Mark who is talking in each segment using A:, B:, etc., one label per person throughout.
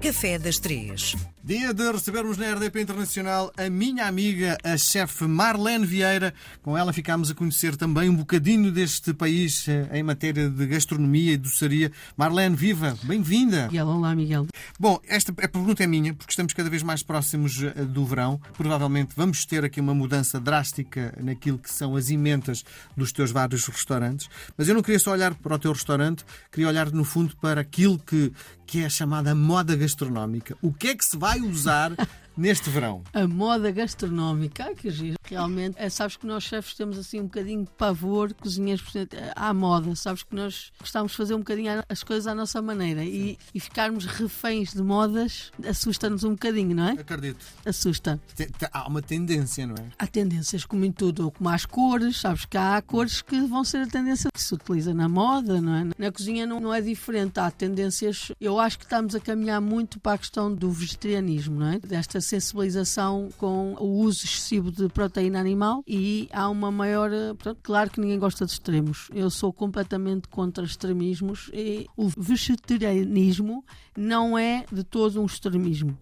A: Café das Três.
B: Dia de recebermos na RDP Internacional a minha amiga, a chefe Marlene Vieira. Com ela ficámos a conhecer também um bocadinho deste país eh, em matéria de gastronomia e doçaria. Marlene, viva! Bem-vinda!
C: Miguel, olá Miguel.
B: Bom, esta a pergunta é minha, porque estamos cada vez mais próximos eh, do verão. Provavelmente vamos ter aqui uma mudança drástica naquilo que são as emendas dos teus vários restaurantes. Mas eu não queria só olhar para o teu restaurante, queria olhar no fundo para aquilo que, que é a chamada moda gastronómica. O que é que se vai usar neste verão?
C: A moda gastronómica, ai que giro. Realmente, eh, sabes que nós chefes temos assim um bocadinho de pavor, cozinheiros, portanto, eh, à moda. Sabes que nós gostamos de fazer um bocadinho a- as coisas à nossa maneira e, e ficarmos reféns de modas assusta-nos um bocadinho, não é?
B: Acredito.
C: Assusta.
B: Te- te- Há uma tendência, não é?
C: Há tendências como em tudo, como as cores, sabes que há cores que vão ser a tendência que se utiliza na moda, não é? Na cozinha não, não é diferente, há tendências. Eu acho que estamos a caminhar muito para a questão do vegetarianismo, não é? Desta sensibilização com o uso excessivo de proteína animal e há uma maior. eh, pronto, claro que ninguém gosta de extremos. Eu sou completamente contra extremismos e o vegetarianismo não é de todo um extremismo.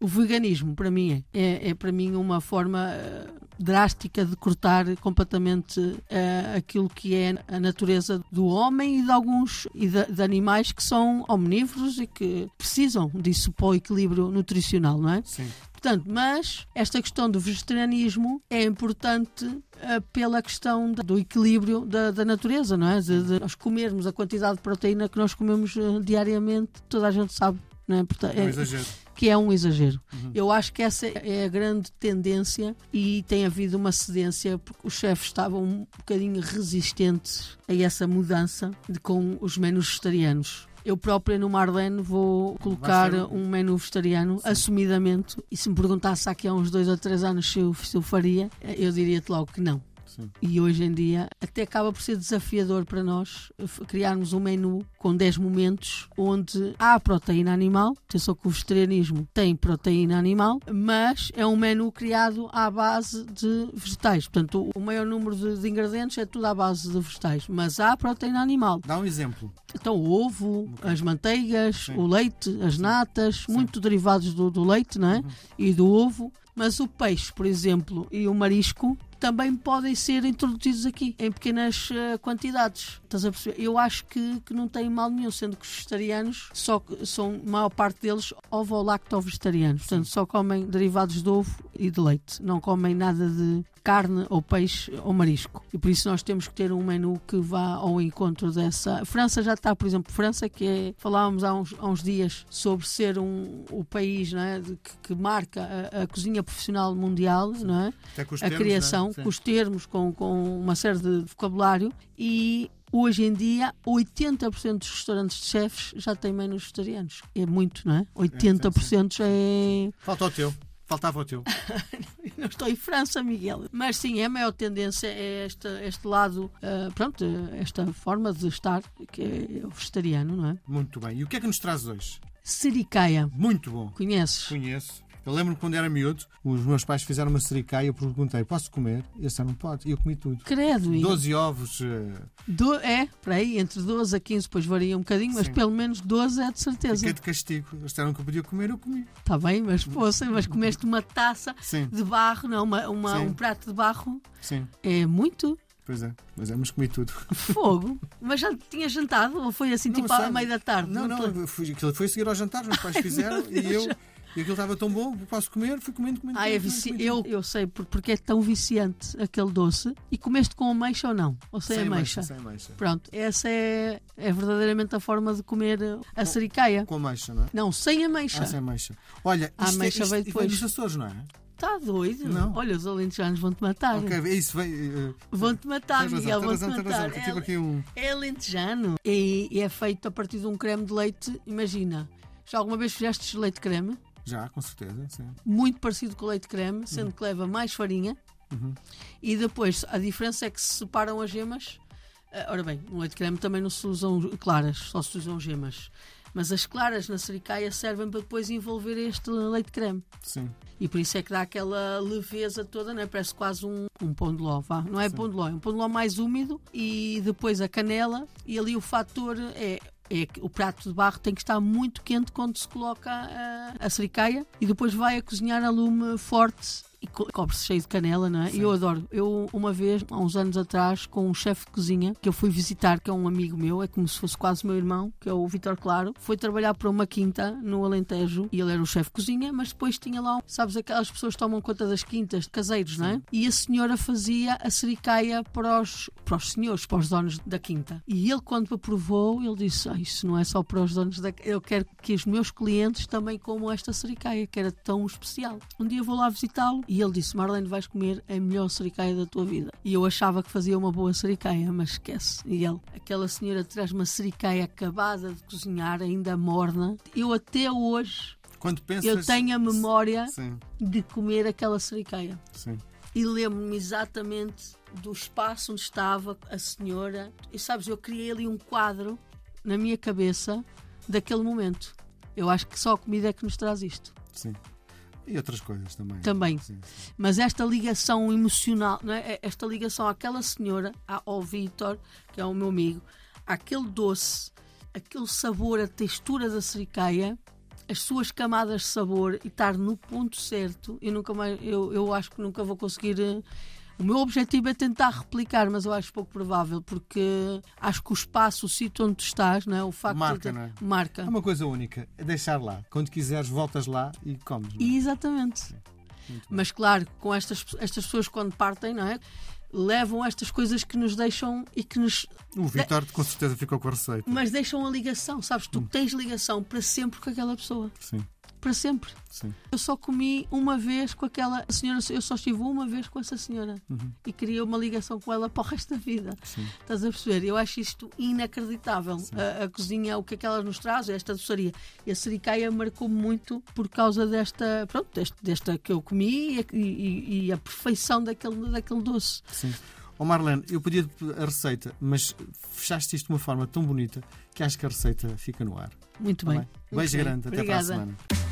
C: O veganismo, para mim, é, é, é para mim uma forma eh, drástica de cortar completamente eh, aquilo que é a natureza do homem e de alguns e de, de animais que são omnívoros e que precisam disso para o equilíbrio nutricional, não é?
B: Sim.
C: Portanto, mas esta questão do vegetarianismo é importante eh, pela questão da- do equilíbrio da, da natureza, não é? De, de nós comermos a quantidade de proteína que nós comemos eh, diariamente, toda a gente sabe, não é? Portanto,
B: Não
C: é-
B: exagero.
C: que é um exagero.
B: Uhum.
C: Eu acho que essa é a grande tendência e tem havido uma cedência porque os chefes estavam um bocadinho resistentes a essa mudança de com os menus vegetarianos. Eu própria no Marlene vou colocar
B: ser um-
C: um menu vegetariano, assumidamente, e se me perguntasse aqui há uns dois ou três anos se eu, se eu faria, eh, eu diria-te logo que não.
B: Sim.
C: E hoje em dia até acaba por ser desafiador para nós f- criarmos um menu com 10 momentos onde há proteína animal. Atenção que o vegetarianismo tem proteína animal, mas é um menu criado à base de vegetais. Portanto, o maior número de, de ingredientes é tudo à base de vegetais, mas há proteína animal.
B: Dá um exemplo.
C: Então, o ovo, as manteigas, o leite, as natas, muito derivados do, do leite não é? e do ovo. Mas o peixe, por exemplo, e o marisco também podem ser introduzidos aqui em pequenas eh, quantidades. Estás a perceber? Eu acho que, que não tem mal nenhum, sendo que os vegetarianos, só que são, a maior parte deles, ovo ou lacto-vegetarianos. Portanto, só comem derivados de ovo e de leite. Não comem nada de carne ou peixe ou marisco. E por isso nós temos que ter um menu que vá ao encontro dessa. A França já está, por exemplo, França, que é, falávamos há uns, há uns dias sobre ser um, o país não é, de- que, que marca a, a cozinha profissional mundial, não é?
B: Até com os
C: a
B: termos,
C: criação,
B: não é? Sim.
C: com os termos, com, com uma série de vocabulário e hoje em dia 80% dos restaurantes de chefes já têm menus vegetarianos. É muito, não é? 80% já é...
B: Falta o teu. Faltava o teu.
C: Não estou em França, Miguel. Mas sim, é a maior tendência é este, este lado, ah, pronto, esta forma de estar, que é o vegetariano, não é?
B: Muito bem. E o que é que nos traz hoje?
C: Sericaia,
B: Muito bom.
C: conheces?
B: Conheço. Eu lembro-me quando era miúdo, os meus pais fizeram uma sericaia e eu perguntei, posso comer? E eles não pode. E eu comi tudo.
C: Credo, e-
B: 12 ovos. eh,
C: do, é, por aí, entre 12 a 15, depois varia um bocadinho, mas
B: Sim.
C: pelo menos 12 é de certeza.
B: Fiquei de castigo. Eles disseram que eu podia comer, eu comi.
C: Está bem, mas poça, mas comeste uma taça
B: Sim,
C: de barro, não, uma, uma-
B: Sim.
C: um prato de barro,
B: sim.
C: é muito
B: Pois é. Mas, é, mas comi tudo.
C: fogo. mas já tinha jantado? Ou foi assim,
B: Não
C: tipo, à
B: sei.
C: meia da tarde?
B: Não, não.
C: estou-
B: eu Fui, aquilo foi seguir ao jantar, os meus pais fizeram e eu... E aquilo estava tão bom, posso comer? Fui comendo, comendo.
C: Ah, é
B: comendo,
C: vici...
B: comendo,
C: eu, eu sei por- porque é tão viciante aquele doce. E comeste com ameixa ou não? Ou sem,
B: comendo.
C: ameixa?
B: Sem ameixa.
C: Pronto, essa é, é verdadeiramente a forma de comer eh, a sericaia.
B: Com ameixa, não é?
C: Não, sem ameixa.
B: Ah, sem ameixa. Olha,
C: A
B: isto, é-
C: ameixa
B: isto
C: veio depois.
B: dos Açores, não é?
C: Está Tá doido?
B: Não.
C: Olha, os alentejanos vão-te matar.
B: Ok, é isso. Veio, eh,
C: Vão-te matar,
B: tens razão,
C: Tá, Miguel,
B: tens
C: vão-te
B: razão, tens razão.
C: matar.
B: que eu tive
C: É-
B: aqui um...
C: É alentejano. E, e é feito a partir de um creme de leite. Imagina, já alguma vez fizeste leite creme?
B: Já, com certeza, sim.
C: muito parecido com o leite creme, sendo que leva mais farinha. E depois, a diferença é que se separam as gemas. Ah, Ora bem, no leite creme também não se usam claras, só se usam gemas. Mas as claras na sericaia servem para depois envolver este leite creme.
B: Sim.
C: E por isso é que dá aquela leveza toda, não é? Parece quase um, um pão de ló, vá. Não é pão de ló, é um pão de ló mais úmido e depois a canela. E ali o fator é É que o prato de barro tem que estar muito quente quando se coloca a, a sericaia e depois vai a cozinhar a lume forte e co- cobre-se cheio de canela, não é? E eu adoro. Eu, uma vez, há uns anos atrás, com um chefe de cozinha que eu fui visitar, que é um amigo meu, é como se fosse quase meu irmão, que é o Vitor Claro, foi trabalhar para uma quinta no Alentejo e ele era o chefe de cozinha, mas depois tinha lá, um- sabes, aquelas pessoas que tomam conta das quintas, de caseiros, não é? E a senhora fazia a sericaia para os, para os senhores, para os donos da quinta. E ele, quando aprovou, ele disse: ah, Isso não é só para os donos da Eu quero que os meus clientes também comam esta sericaia, que era tão especial. Um dia vou lá visitá-lo e ele disse: Marlene, vais comer a melhor sericaia da tua vida. E eu achava que fazia uma boa sericaia, mas esquece. E ele: Aquela senhora traz uma sericaia acabada de cozinhar, ainda morna. Eu até hoje.
B: Quando pensas.
C: Eu tenho a memória
B: Sim,
C: de comer aquela sericaia
B: sim.
C: e lembro-me exatamente do espaço onde estava a senhora. E sabes, eu criei ali um quadro na minha cabeça daquele momento. Eu acho que só a comida é que nos traz isto.
B: Sim. E outras coisas também.
C: Também.
B: Sim, sim.
C: Mas esta ligação emocional, não é? esta ligação àquela senhora, à- ao Vítor, que é o meu amigo, àquele doce, aquele sabor, a textura da sericaia, as suas camadas de sabor e estar no ponto certo, eu nunca mais, eu, eu acho que nunca vou conseguir. eh, O meu objetivo é tentar replicar, mas eu acho pouco provável, porque acho que o espaço, o sítio onde tu estás, não é? o facto
B: Marca,
C: de,
B: não é?
C: marca.
B: É uma coisa única. é Deixar lá. Quando quiseres, voltas lá e comes. não é?
C: Exatamente. Mas claro, com estas, estas pessoas quando partem, não é? Levam estas coisas que nos deixam e que nos.
B: O Vitor, com certeza, ficou com a receita.
C: Mas deixam a ligação, sabes? Tu tens ligação para sempre com aquela pessoa.
B: Sim,
C: Para sempre.
B: sim.
C: Eu só comi uma vez com aquela senhora, eu só estive uma vez com essa senhora e queria uma ligação com ela para o resto da vida. Estás a perceber? Eu acho isto inacreditável. A, a cozinha, o que é que ela nos traz, esta doçaria. E a sericaia marcou muito por causa desta, pronto, deste- desta que eu comi e, e- e a perfeição daquele, daquele doce.
B: Sim. Ó Marlene, eu podia a receita, mas fechaste isto de uma forma tão bonita que acho que a receita fica no ar.
C: Muito
B: Tá
C: bem.
B: bem?
C: Muito
B: Beijo
C: bem.
B: grande, até para a
C: Obrigada.
B: semana.